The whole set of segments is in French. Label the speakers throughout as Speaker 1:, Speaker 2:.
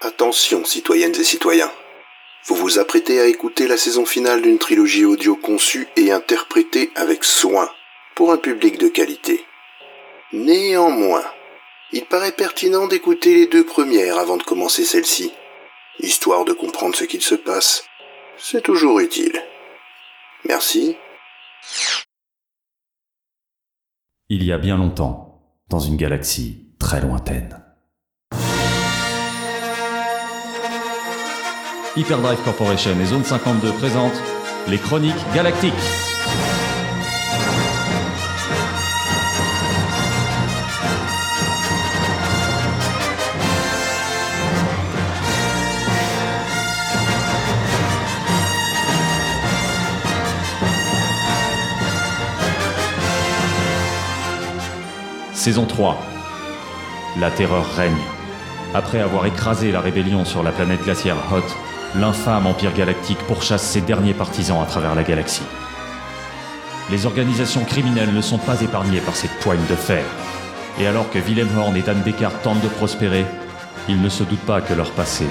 Speaker 1: Attention, citoyennes et citoyens. Vous vous apprêtez à écouter la saison finale d'une trilogie audio conçue et interprétée avec soin pour un public de qualité. Néanmoins, il paraît pertinent d'écouter les deux premières avant de commencer celle-ci, histoire de comprendre ce qu'il se passe. C'est toujours utile. Merci.
Speaker 2: Il y a bien longtemps, dans une galaxie très lointaine. Hyperdrive Corporation et Zone 52 présentent les Chroniques Galactiques. Saison 3. La terreur règne. Après avoir écrasé la rébellion sur la planète glaciaire Hot, l'infâme Empire galactique pourchasse ses derniers partisans à travers la galaxie. Les organisations criminelles ne sont pas épargnées par cette poigne de fer. Et alors que Willem Horn et Dan Descartes tentent de prospérer, ils ne se doutent pas que leur passé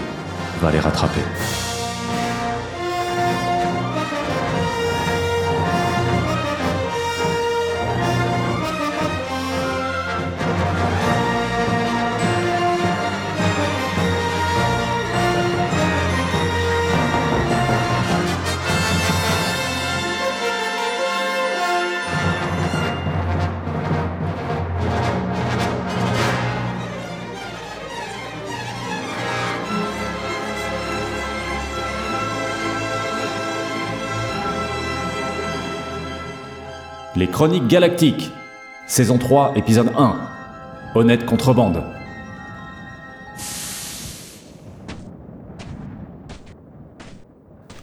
Speaker 2: va les rattraper. Les Chroniques Galactiques, saison 3, épisode 1. Honnête contrebande.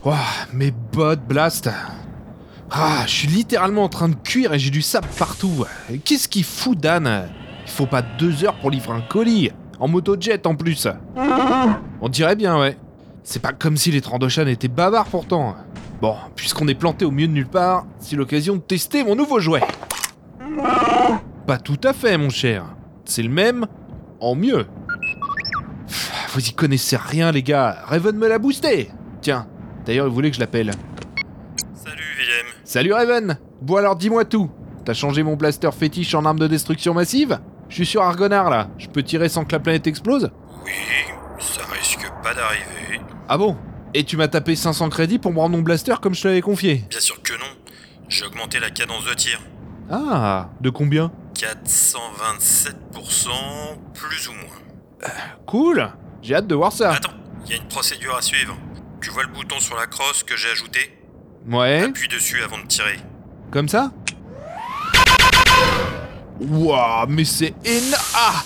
Speaker 3: Ouah, mes bottes blast Ah, je suis littéralement en train de cuire et j'ai du sable partout. Qu'est-ce qu'il fout Dan Il faut pas deux heures pour livrer un colis. En moto-jet en plus. On dirait bien, ouais. C'est pas comme si les Trandoshan étaient bavards pourtant. Bon, puisqu'on est planté au milieu de nulle part, c'est l'occasion de tester mon nouveau jouet. Pas tout à fait, mon cher. C'est le même, en mieux. Pff, Vous y connaissez rien, les gars. Raven me l'a boosté. Tiens, d'ailleurs, il voulait que je l'appelle.
Speaker 4: Salut Willem.
Speaker 3: Salut Raven Bon alors dis-moi tout. T'as changé mon blaster fétiche en arme de destruction massive Je suis sur Argonard là, je peux tirer sans que la planète explose
Speaker 4: Oui, ça risque pas d'arriver.
Speaker 3: Ah bon Et tu m'as tapé 500 crédits pour me rendre mon blaster comme je te l'avais confié
Speaker 4: Bien sûr que non. J'ai augmenté la cadence de tir.
Speaker 3: Ah, de combien
Speaker 4: 427%, plus ou moins.
Speaker 3: Cool J'ai hâte de voir ça.
Speaker 4: Attends, il y a une procédure à suivre. Tu vois le bouton sur la crosse que j'ai ajouté
Speaker 3: Ouais,
Speaker 4: Appuie dessus avant de tirer.
Speaker 3: comme ça Waouh, mais c'est énorme Ah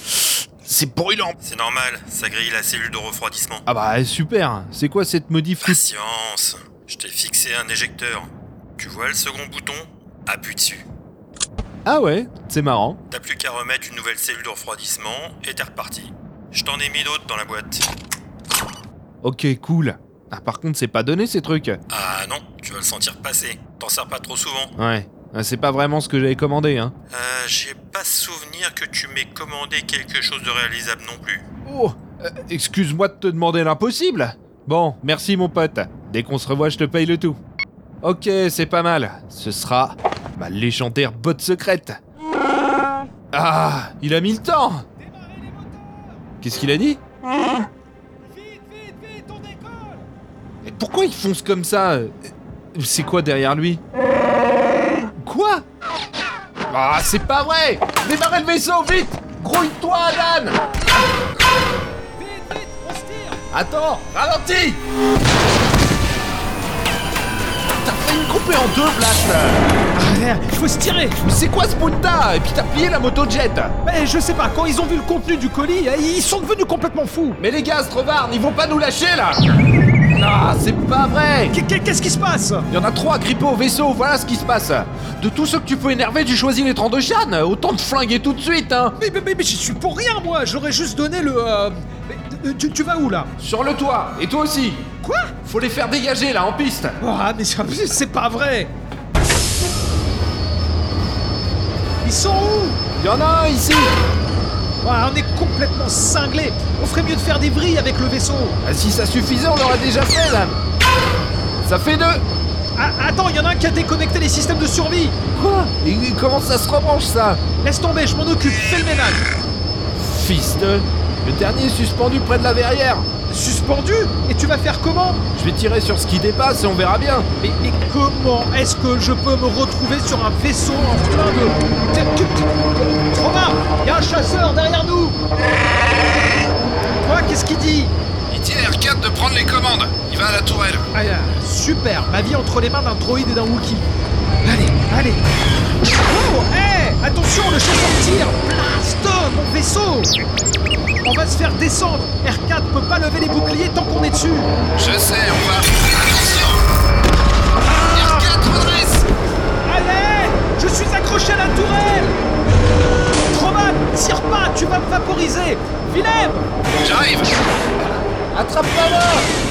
Speaker 3: C'est brûlant
Speaker 4: C'est normal, ça grille la cellule de refroidissement.
Speaker 3: Ah bah super C'est quoi cette modif
Speaker 4: Patience. Je t'ai fixé un éjecteur. Tu vois le second bouton Appuie dessus.
Speaker 3: Ah ouais, c'est marrant.
Speaker 4: T'as plus qu'à remettre une nouvelle cellule de refroidissement et t'es reparti. Je t'en ai mis d'autres dans la boîte.
Speaker 3: Ok, cool. Ah par contre, c'est pas donné ces trucs.
Speaker 4: Ah non, tu vas le sentir passer. T'en sers pas trop souvent.
Speaker 3: Ouais, Ah, c'est pas vraiment ce que j'avais commandé, hein.
Speaker 4: Euh, j'ai pas souvenir que tu m'aies commandé quelque chose de réalisable non plus.
Speaker 3: Oh, euh, excuse-moi de te demander l'impossible. Bon, merci mon pote. Dès qu'on se revoit, je te paye le tout. Ok, c'est pas mal. Ce sera ma légendaire botte secrète. Ah, il a mis le temps. Qu'est-ce qu'il a dit Mais pourquoi il fonce comme ça Euh, C'est quoi derrière lui Quoi Ah, c'est pas vrai Démarrez le vaisseau, vite Grouille-toi, Dan Attends, ralentis T'as fait une couper en deux, Blast
Speaker 5: Frère, faut se tirer
Speaker 3: Mais c'est quoi ce bunta Et puis t'as plié la moto jet
Speaker 5: Mais je sais pas, quand ils ont vu le contenu du colis, eh, ils sont devenus complètement fous
Speaker 3: Mais les gars, Strovar, ils vont pas nous lâcher, là Non, c'est pas vrai
Speaker 5: Qu'est- qu'est- Qu'est-ce qui se passe
Speaker 3: Il y en a trois grippés au vaisseau, voilà ce qui se passe De tous ceux que tu peux énerver, tu choisis les 32 Chan Autant te flinguer tout de suite, hein
Speaker 5: mais, mais, mais, mais j'y suis pour rien, moi J'aurais juste donné le... euh, mais, euh, tu, tu vas où, là
Speaker 3: Sur le toit, et toi aussi
Speaker 5: Quoi
Speaker 3: Faut les faire dégager, là, en piste
Speaker 5: Ah, mais ça- c'est pas vrai Ils sont où
Speaker 3: Il y en a un ici
Speaker 5: Ah, on est complètement cinglés On ferait mieux de faire des vrilles avec le vaisseau
Speaker 3: Ah, si ça suffisait, on l'aurait déjà fait, là Ça fait deux
Speaker 5: Ah, Attends, il y en a un qui a déconnecté les systèmes de survie
Speaker 3: Quoi Et comment ça se rebranche, ça
Speaker 5: Laisse tomber, je m'en occupe, fais le ménage
Speaker 3: Fils de... Le dernier est suspendu près de la verrière
Speaker 5: Suspendu Et tu vas faire comment
Speaker 3: Je vais tirer sur ce qui dépasse et on verra bien
Speaker 5: mais, mais comment est-ce que je peux me retrouver sur un vaisseau en plein de... Romain Il y a un chasseur derrière nous Quoi Qu'est-ce qu'il dit
Speaker 6: Il dit à R4 de prendre les commandes. Il va à la tourelle.
Speaker 5: Ah, ah, super, ma vie entre les mains d'un droïde et d'un Wookie. Allez, allez. Oh, hé Attention, le chasseur tire Blast Mon vaisseau On va se faire descendre R4 peut pas lever les boucliers tant qu'on est dessus
Speaker 6: Je sais, on va. Attention R4 redresse
Speaker 5: Allez Je suis accroché à la tourelle Roman, tire pas, tu vas me vaporiser Vilem
Speaker 6: J'arrive
Speaker 3: Attrape-la là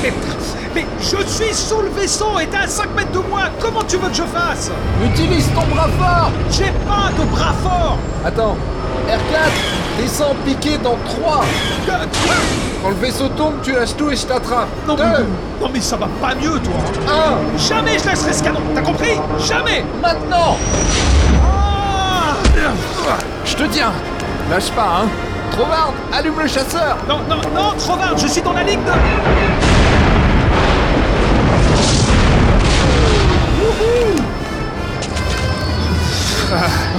Speaker 5: mais, mais je suis sous le vaisseau et t'es à 5 mètres de moi Comment tu veux que je fasse
Speaker 3: Utilise ton bras fort
Speaker 5: J'ai pas de bras fort
Speaker 3: Attends, R4, descends piqué dans 3 Quand le vaisseau tombe, tu lâches tout et je t'attrape
Speaker 5: Non mais,
Speaker 3: 2,
Speaker 5: non mais ça va pas mieux toi hein.
Speaker 3: 1,
Speaker 5: Jamais je laisserai ce canon, t'as compris Jamais
Speaker 3: maintenant
Speaker 5: Ah
Speaker 3: Je te tiens Lâche pas, hein Trovard, allume le chasseur
Speaker 5: Non, non, non, Trovard, je suis dans la ligne de... Wouhou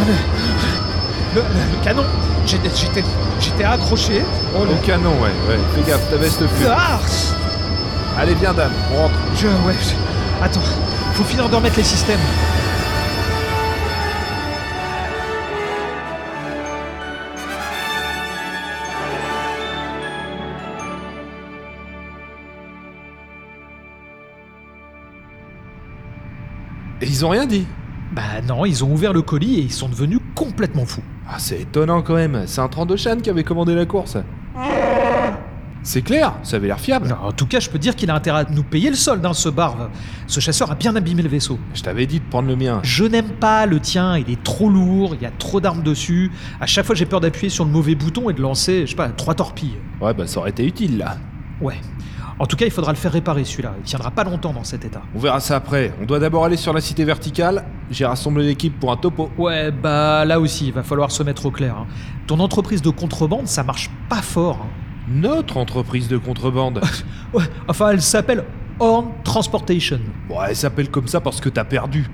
Speaker 5: le, le- le canon, j'étais, j'étais, j'étais accroché. Oh le...
Speaker 3: canon, ouais, ouais. Fais gaffe, ta veste fut.
Speaker 5: Ah
Speaker 3: Allez, viens, dame, on rentre.
Speaker 5: Je... ouais... je- Attends, faut finir de remettre les systèmes.
Speaker 3: Et ils ont rien dit
Speaker 5: Bah non, ils ont ouvert le colis et ils sont devenus complètement fous.
Speaker 3: Ah, c'est étonnant quand même. C'est un 32 Chan qui avait commandé la course. C'est clair, ça avait l'air fiable.
Speaker 5: Non, en tout cas, je peux dire qu'il a intérêt à nous payer le solde, hein, ce barve. Ce chasseur a bien abîmé le vaisseau.
Speaker 3: Je t'avais dit de prendre le mien.
Speaker 5: Je n'aime pas le tien, il est trop lourd, il y a trop d'armes dessus. À chaque fois, j'ai peur d'appuyer sur le mauvais bouton et de lancer, je sais pas, trois torpilles.
Speaker 3: Ouais, bah ça aurait été utile là.
Speaker 5: Ouais. En tout cas, il faudra le faire réparer celui-là. Il tiendra pas longtemps dans cet état.
Speaker 3: On verra ça après. On doit d'abord aller sur la cité verticale. J'ai rassemblé l'équipe pour un topo.
Speaker 5: Ouais, bah là aussi, il va falloir se mettre au clair. hein. Ton entreprise de contrebande, ça marche pas fort. hein.
Speaker 3: Notre entreprise de contrebande.
Speaker 5: Ouais, enfin, elle s'appelle Horn Transportation.
Speaker 3: bon, elle s'appelle comme ça parce que t'as perdu.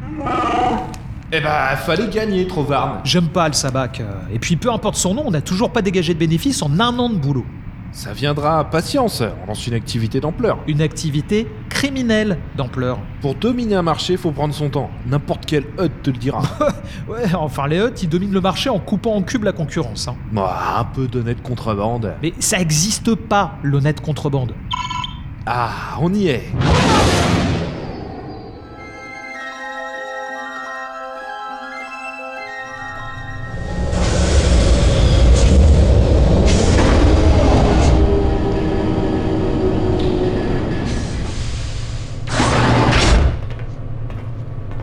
Speaker 3: Eh bah, fallait gagner, Trovarne.
Speaker 5: J'aime pas le sabac. euh. Et puis, peu importe son nom, on n'a toujours pas dégagé de bénéfices en un an de boulot.
Speaker 3: Ça viendra, patience. On lance une activité d'ampleur.
Speaker 5: Une activité criminelle d'ampleur.
Speaker 3: Pour dominer un marché, faut prendre son temps. N'importe quel HUD te le dira.
Speaker 5: Ouais, enfin, les Huttes, ils dominent le marché en coupant en cube la concurrence. hein.
Speaker 3: Bah, un peu d'honnête contrebande.
Speaker 5: Mais ça existe pas, l'honnête contrebande.
Speaker 3: Ah, on y est.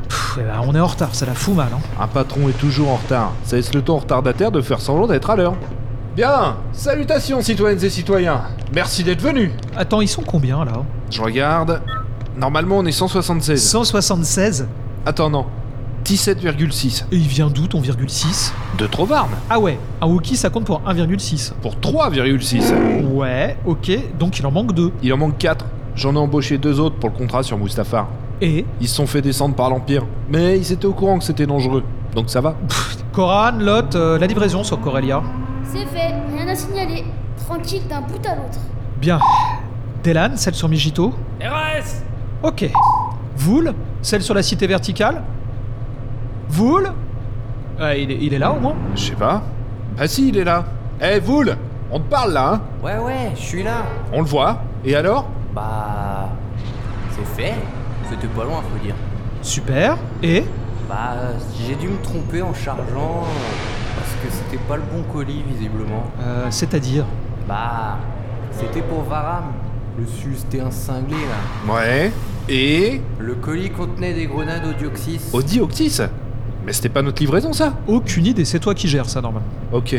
Speaker 5: Pff, eh ben, on est en retard, ça la fout mal. Hein.
Speaker 3: Un patron est toujours en retard. Ça laisse le temps aux retardataires de faire semblant d'être à l'heure. Bien Salutations, citoyennes et citoyens Merci d'être venus
Speaker 5: Attends, ils sont combien là
Speaker 3: Je regarde. Normalement, on est 176.
Speaker 5: 176
Speaker 3: Attends, non. 17,6.
Speaker 5: Et il vient d'où ton virgule 6
Speaker 3: De Trovarne
Speaker 5: Ah ouais, un Wookie ça compte pour 1,6.
Speaker 3: Pour 3,6.
Speaker 5: Ouais, ok, donc il en manque deux.
Speaker 3: Il en manque 4. J'en ai embauché deux autres pour le contrat sur Mustafar.
Speaker 5: Et
Speaker 3: Ils se sont fait descendre par l'Empire. Mais ils étaient au courant que c'était dangereux. Donc ça va.
Speaker 5: Coran, Lot, euh, la livraison sur Corellia.
Speaker 7: C'est fait, rien à signaler. Tranquille d'un bout à l'autre.
Speaker 5: Bien. Delan, celle sur Mijito
Speaker 8: RAS
Speaker 5: Ok. Voul, celle sur la cité verticale Voul Ah, il, est- il est là au moins
Speaker 3: Je sais pas. Bah si, il est là. Eh, Voul On te parle là, hein
Speaker 8: Ouais, ouais, je suis là.
Speaker 3: On le voit. Et alors
Speaker 8: Bah. C'est fait. C'était pas loin, faut dire.
Speaker 5: Super. Et
Speaker 8: Bah, euh, j'ai dû me tromper en chargeant. euh, Parce que c'était pas le bon colis, visiblement.
Speaker 5: Euh, C'est-à-dire
Speaker 8: Bah. C'était pour Varam. Le sus, c'était un cinglé, là.
Speaker 3: Ouais. Et
Speaker 8: Le colis contenait des grenades au dioxys.
Speaker 3: Audi Octis Mais c'était pas notre livraison ça
Speaker 5: Aucune idée, c'est toi qui gères ça normalement.
Speaker 3: Ok.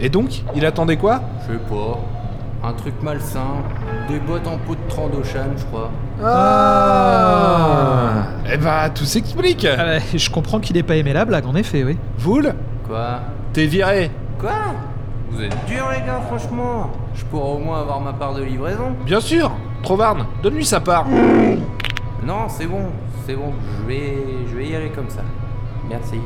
Speaker 3: Et donc, il attendait quoi
Speaker 8: Je sais pas. Un truc malsain. Des bottes en peau de Trandoshan, je crois.
Speaker 3: Ah Eh bah, tout s'explique
Speaker 5: Ah bah, je comprends qu'il ait pas aimé la blague, en effet, oui.
Speaker 3: Voul,
Speaker 8: Quoi
Speaker 3: t'es viré
Speaker 8: Quoi Vous êtes durs, les gars, franchement. Je pourrais au moins avoir ma part de livraison.
Speaker 3: Bien sûr Trovarne, donne-lui sa part
Speaker 8: Non, c'est bon, c'est bon. Je vais, je vais y aller comme ça. Merci.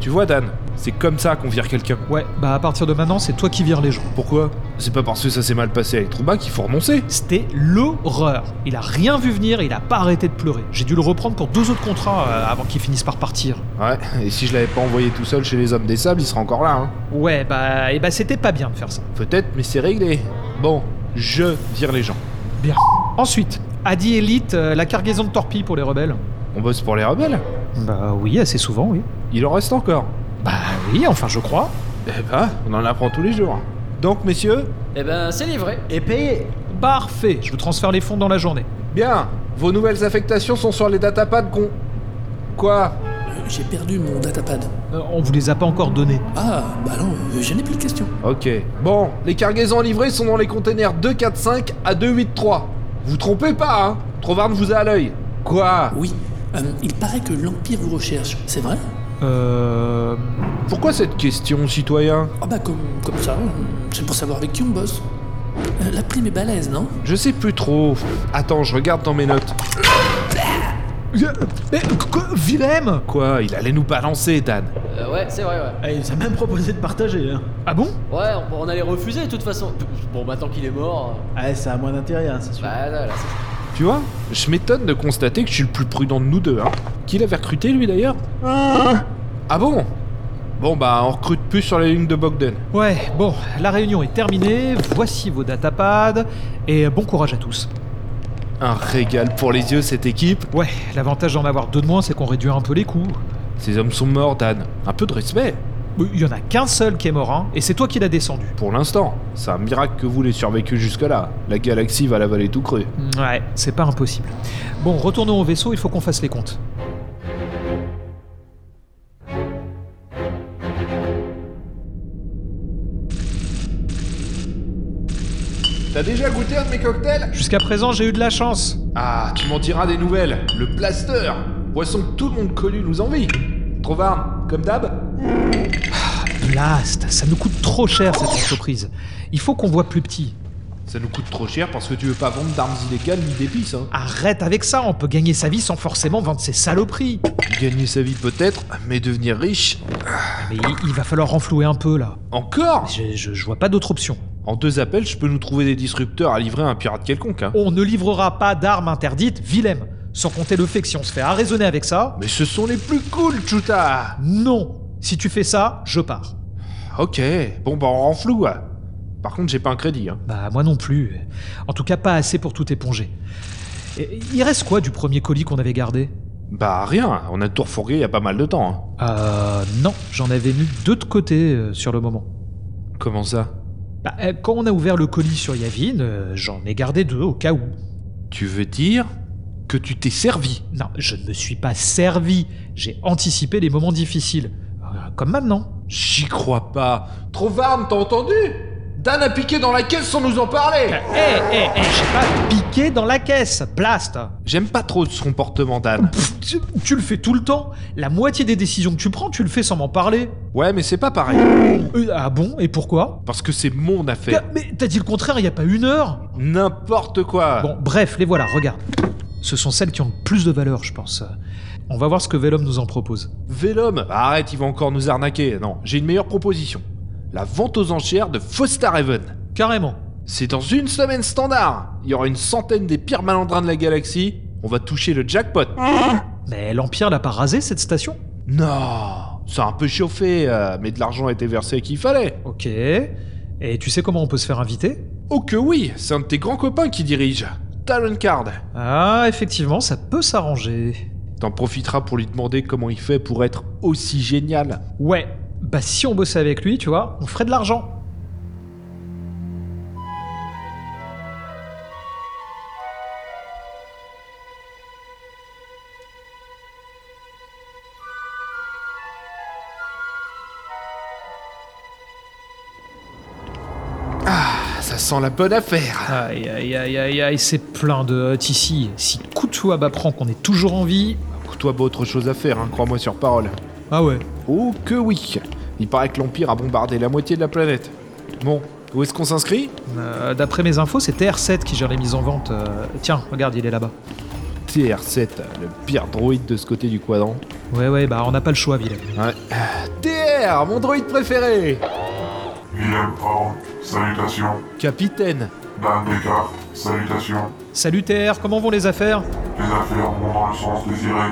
Speaker 3: Tu vois, Dan, c'est comme ça qu'on vire quelqu'un.
Speaker 5: Ouais, bah à partir de maintenant, c'est toi qui vire les gens.
Speaker 3: Pourquoi C'est pas parce que ça s'est mal passé avec Trouba qu'il faut renoncer.
Speaker 5: C'était l'horreur. Il a rien vu venir et il a pas arrêté de pleurer. J'ai dû le reprendre pour deux autres contrats euh, avant qu'il finisse par partir.
Speaker 3: Ouais, et si je l'avais pas envoyé tout seul chez les hommes des sables, il serait encore là, hein.
Speaker 5: Ouais, bah, et bah c'était pas bien de faire ça.
Speaker 3: Peut-être, mais c'est réglé. Bon, je vire les gens.
Speaker 5: Bien. Ensuite, Adi Elite, euh, la cargaison de torpilles pour les rebelles.
Speaker 3: On bosse pour les rebelles
Speaker 5: Bah oui, assez souvent, oui.
Speaker 3: Il en reste encore.
Speaker 5: Bah oui, enfin je crois.
Speaker 3: Eh bah, on en apprend tous les jours. Donc, messieurs
Speaker 9: Eh ben, c'est livré.
Speaker 5: Et payé. Parfait, je vous transfère les fonds dans la journée.
Speaker 3: Bien, vos nouvelles affectations sont sur les datapads qu'on... Quoi
Speaker 9: J'ai perdu mon datapad.
Speaker 5: Euh, on vous les a pas encore donnés.
Speaker 9: Ah, bah non, euh, je n'ai plus de questions.
Speaker 3: Ok. Bon, les cargaisons livrées sont dans les containers 245 à 283. Vous trompez pas, hein Trovarne vous a à l'œil. Quoi
Speaker 9: Oui, euh, il paraît que l'Empire vous recherche, c'est vrai
Speaker 5: Euh.
Speaker 3: Pourquoi cette question, citoyen
Speaker 9: Ah bah comme, comme ça, euh, c'est pour savoir avec qui on bosse. Euh, la prime est balèze, non
Speaker 3: Je sais plus trop. Attends, je regarde dans mes notes.
Speaker 5: Euh, Mais quoi, Willem
Speaker 3: Quoi Il allait nous balancer, Dan.
Speaker 10: Euh, ouais, c'est vrai, ouais.
Speaker 9: Il nous a même proposé de partager. Hein.
Speaker 5: Ah bon
Speaker 10: Ouais, on, on allait refuser de toute façon. Bon, maintenant qu'il est mort.
Speaker 9: Ah, ça a moins d'intérêt, c'est
Speaker 10: euh, Bah, là, là, c'est-
Speaker 3: Tu vois Je m'étonne de constater que je suis le plus prudent de nous deux, hein. Qui l'avait recruté, lui, d'ailleurs Ah bon Bon, bah, on recrute plus sur la ligne de Bogdan.
Speaker 5: Ouais, bon, la réunion est terminée, voici vos datapads, et bon courage à tous.
Speaker 3: Un régal pour les yeux, cette équipe.
Speaker 5: Ouais, l'avantage d'en avoir deux de moins, c'est qu'on réduit un peu les coûts.
Speaker 3: Ces hommes sont morts, Dan. Un peu de respect.
Speaker 5: Mais Il y en a qu'un seul qui est mort, hein, et c'est toi qui l'as descendu.
Speaker 3: Pour l'instant, c'est un miracle que vous l'ayez survécu jusque-là. La galaxie va l'avaler tout cru.
Speaker 5: Ouais, c'est pas impossible. Bon, retournons au vaisseau, il faut qu'on fasse les comptes.
Speaker 3: T'as déjà goûté un de mes cocktails
Speaker 5: Jusqu'à présent, j'ai eu de la chance.
Speaker 3: Ah, tu m'en diras des nouvelles. Le plaster, boisson que tout le monde connu nous envie. Trovarne, comme d'hab
Speaker 5: Blast, ça nous coûte trop cher cette entreprise. Il faut qu'on voit plus petit.
Speaker 3: Ça nous coûte trop cher parce que tu veux pas vendre d'armes illégales ni d'épices, hein.
Speaker 5: Arrête avec ça, on peut gagner sa vie sans forcément vendre ses saloperies.
Speaker 3: Gagner sa vie peut-être, mais devenir riche,
Speaker 5: Mais il, il va falloir renflouer un peu là.
Speaker 3: encore
Speaker 5: Je, je- je vois pas d'autre option.
Speaker 3: En deux appels, je peux nous trouver des disrupteurs à livrer à un pirate quelconque, hein.
Speaker 5: On ne livrera pas d'armes interdites, Willem. Sans compter le fait que si on se fait arraisonner avec ça,
Speaker 3: Mais ce sont les plus cool, Chuta
Speaker 5: non. Si tu fais ça, je pars.
Speaker 3: Ok, bon bah on renfloue, hein. Par contre, j'ai pas un crédit, hein.
Speaker 5: Bah moi non plus. En tout cas pas assez pour tout éponger. Et- il reste quoi du premier colis qu'on avait gardé
Speaker 3: Bah rien, on a tout refourgué il y a pas mal de temps. hein.
Speaker 5: Euh non, j'en avais mis deux de côté euh, sur le moment.
Speaker 3: Comment ça
Speaker 5: Bah, euh, quand on a ouvert le colis sur Yavin, euh, j'en ai gardé deux au cas où.
Speaker 3: Tu veux dire que tu t'es servi
Speaker 5: Non, je ne me suis pas servi. J'ai anticipé les moments difficiles. Euh, comme maintenant.
Speaker 3: J'y crois pas. Trovarne, t'as entendu Dan a piqué dans la caisse sans nous en parler
Speaker 5: Hé, hé, hé, Eh, j'ai pas piqué dans la caisse, blast
Speaker 3: J'aime pas trop ce comportement, Dan.
Speaker 5: Pff, tu, tu le fais tout le temps. La moitié des décisions que tu prends, tu le fais sans m'en parler.
Speaker 3: Ouais, mais c'est pas pareil.
Speaker 5: Euh, ah bon Et pourquoi
Speaker 3: Parce que c'est mon
Speaker 5: Bah,
Speaker 3: affaire.
Speaker 5: Mais t'as dit le contraire il y a pas une heure
Speaker 3: N'importe quoi.
Speaker 5: Bon, bref, les voilà, regarde. Ce sont celles qui ont le plus de valeur, je pense. On va voir ce que Vellum nous en propose.
Speaker 3: Vélum, Bah, arrête, il va encore nous arnaquer. Non, j'ai une meilleure proposition. La vente aux enchères de Fosterhaven.
Speaker 5: Carrément.
Speaker 3: C'est dans une semaine standard. Il y aura une centaine des pires malandrins de la galaxie. On va toucher le jackpot.
Speaker 5: Mais l'Empire l'a pas rasé, cette station
Speaker 3: Non, c'est un peu chauffé, euh, mais de l'argent a été versé qu'il fallait.
Speaker 5: Ok. Et tu sais comment on peut se faire inviter
Speaker 3: Oh que oui, c'est un de tes grands copains qui dirige. Talon Card.
Speaker 5: Ah, effectivement, ça peut s'arranger.
Speaker 3: T'en profiteras pour lui demander comment il fait pour être aussi génial.
Speaker 5: Ouais, bah si on bossait avec lui, tu vois, on ferait de l'argent.
Speaker 3: Ah, ça sent la bonne affaire.
Speaker 5: Aïe aïe aïe aïe aïe, c'est plein de hot ici. Si Kutsuaba apprend qu'on est toujours en vie.
Speaker 3: Toi, pas autre chose à faire, hein, crois-moi sur parole.
Speaker 5: Ah ouais
Speaker 3: Oh que oui Il paraît que l'Empire a bombardé la moitié de la planète. Bon, où est-ce qu'on s'inscrit
Speaker 5: Euh, D'après mes infos, c'est TR7 qui gère les mises en vente. euh, Tiens, regarde, il est là-bas.
Speaker 3: TR7, le pire droïde de ce côté du quadrant.
Speaker 5: Ouais, ouais, bah on n'a pas le choix, Ville.
Speaker 3: Ouais. TR, mon droïde préféré
Speaker 11: Guillaume Franck, salutations.
Speaker 3: Capitaine
Speaker 11: Dan Descartes, salutations.
Speaker 5: Salut TR, comment vont les affaires
Speaker 11: Les affaires vont dans le sens désiré.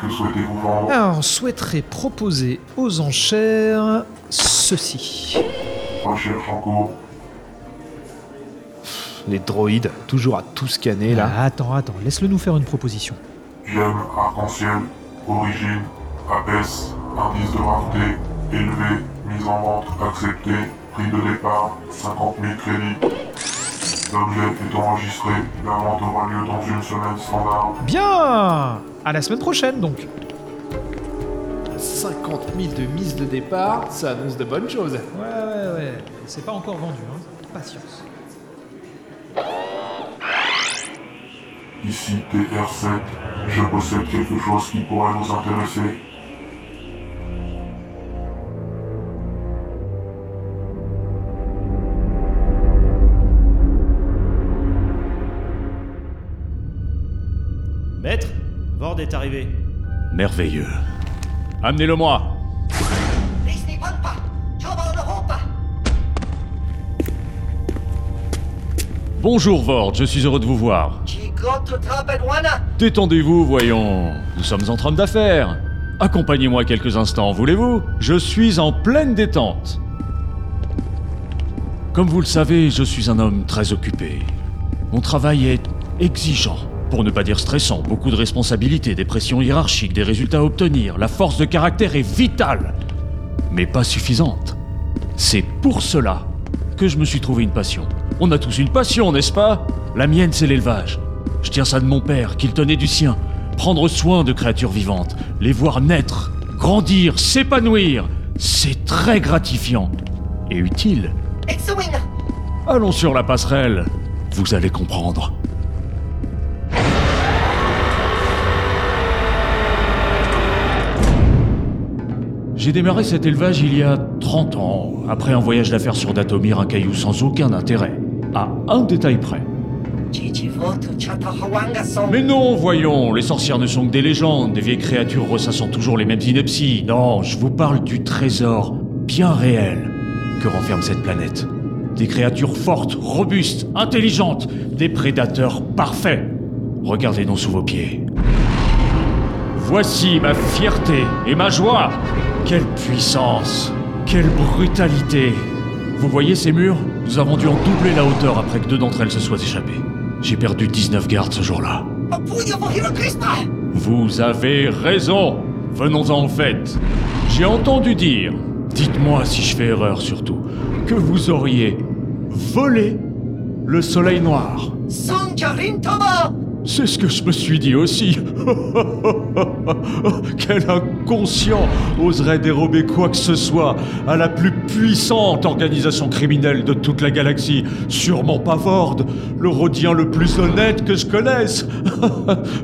Speaker 11: Que souhaitez-vous vendre
Speaker 5: Alors, on souhaiterait proposer aux enchères ceci.
Speaker 11: Recherche en cours.
Speaker 3: Les droïdes, toujours à tout scanner là.
Speaker 5: Ah, attends, attends, laisse-le nous faire une proposition.
Speaker 11: Gemme, arc-en-ciel, origine, abaisse, indice de rareté, élevé, mise en vente, accepté, prix de départ, 50 000 crédits. L'objet est enregistré, la vente aura lieu dans une semaine standard.
Speaker 5: Bien À la semaine prochaine donc
Speaker 3: Ah. 50 000 de mise de départ, ça annonce de bonnes choses.
Speaker 5: Ouais, ouais, ouais, c'est pas encore vendu, hein. Patience.
Speaker 11: Ici TR7, je possède quelque chose qui pourrait nous intéresser.
Speaker 12: Maître, Vord est arrivé.
Speaker 2: Merveilleux. Amenez-le moi Bonjour Vord, je suis heureux de vous voir. Détendez-vous, voyons. Nous sommes en train d'affaires. Accompagnez-moi quelques instants, voulez-vous Je suis en pleine détente. Comme vous le savez, je suis un homme très occupé. Mon travail est exigeant, pour ne pas dire stressant. Beaucoup de responsabilités, des pressions hiérarchiques, des résultats à obtenir. La force de caractère est vitale, mais pas suffisante. C'est pour cela que je me suis trouvé une passion. On a tous une passion, n'est-ce pas La mienne, c'est l'élevage. Je tiens ça de mon père, qu'il tenait du sien. Prendre soin de créatures vivantes, les voir naître, grandir, s'épanouir, c'est très gratifiant et utile. Allons sur la passerelle, vous allez comprendre. J'ai démarré cet élevage il y a 30 ans, après un voyage d'affaires sur Datomir, un caillou sans aucun intérêt. À un détail près. Mais non, voyons, les sorcières ne sont que des légendes, des vieilles créatures ressassant toujours les mêmes inepties. Non, je vous parle du trésor bien réel que renferme cette planète. Des créatures fortes, robustes, intelligentes, des prédateurs parfaits. Regardez donc sous vos pieds. Voici ma fierté et ma joie. Quelle puissance, quelle brutalité. Vous voyez ces murs Nous avons dû en doubler la hauteur après que deux d'entre elles se soient échappées. J'ai perdu 19 gardes ce jour-là. Vous avez raison. Venons-en en fait. J'ai entendu dire, dites-moi si je fais erreur surtout, que vous auriez volé le soleil noir. C'est ce que je me suis dit aussi. Quel inconscient oserait dérober quoi que ce soit à la plus puissante organisation criminelle de toute la galaxie Sûrement pas Vord, le rodien le plus honnête que je connaisse.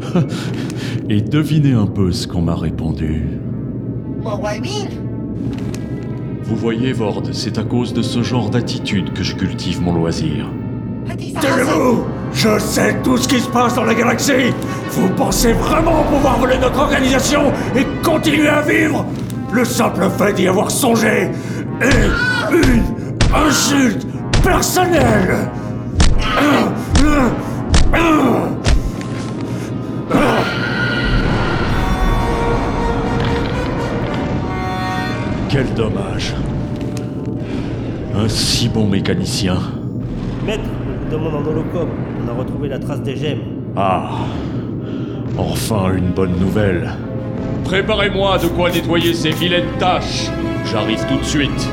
Speaker 2: Et devinez un peu ce qu'on m'a répondu. Vous voyez, Vord, c'est à cause de ce genre d'attitude que je cultive mon loisir.
Speaker 13: Taisez-vous Je sais tout ce qui se passe dans la galaxie Vous pensez vraiment pouvoir voler notre organisation et continuer à vivre Le simple fait d'y avoir songé est une insulte personnelle
Speaker 2: Quel dommage. Un si bon mécanicien.
Speaker 12: Maître, je demande en holocom. On a retrouvé la trace des gemmes.
Speaker 2: Ah, enfin une bonne nouvelle. Préparez-moi de quoi nettoyer ces vilaines taches. J'arrive tout de suite.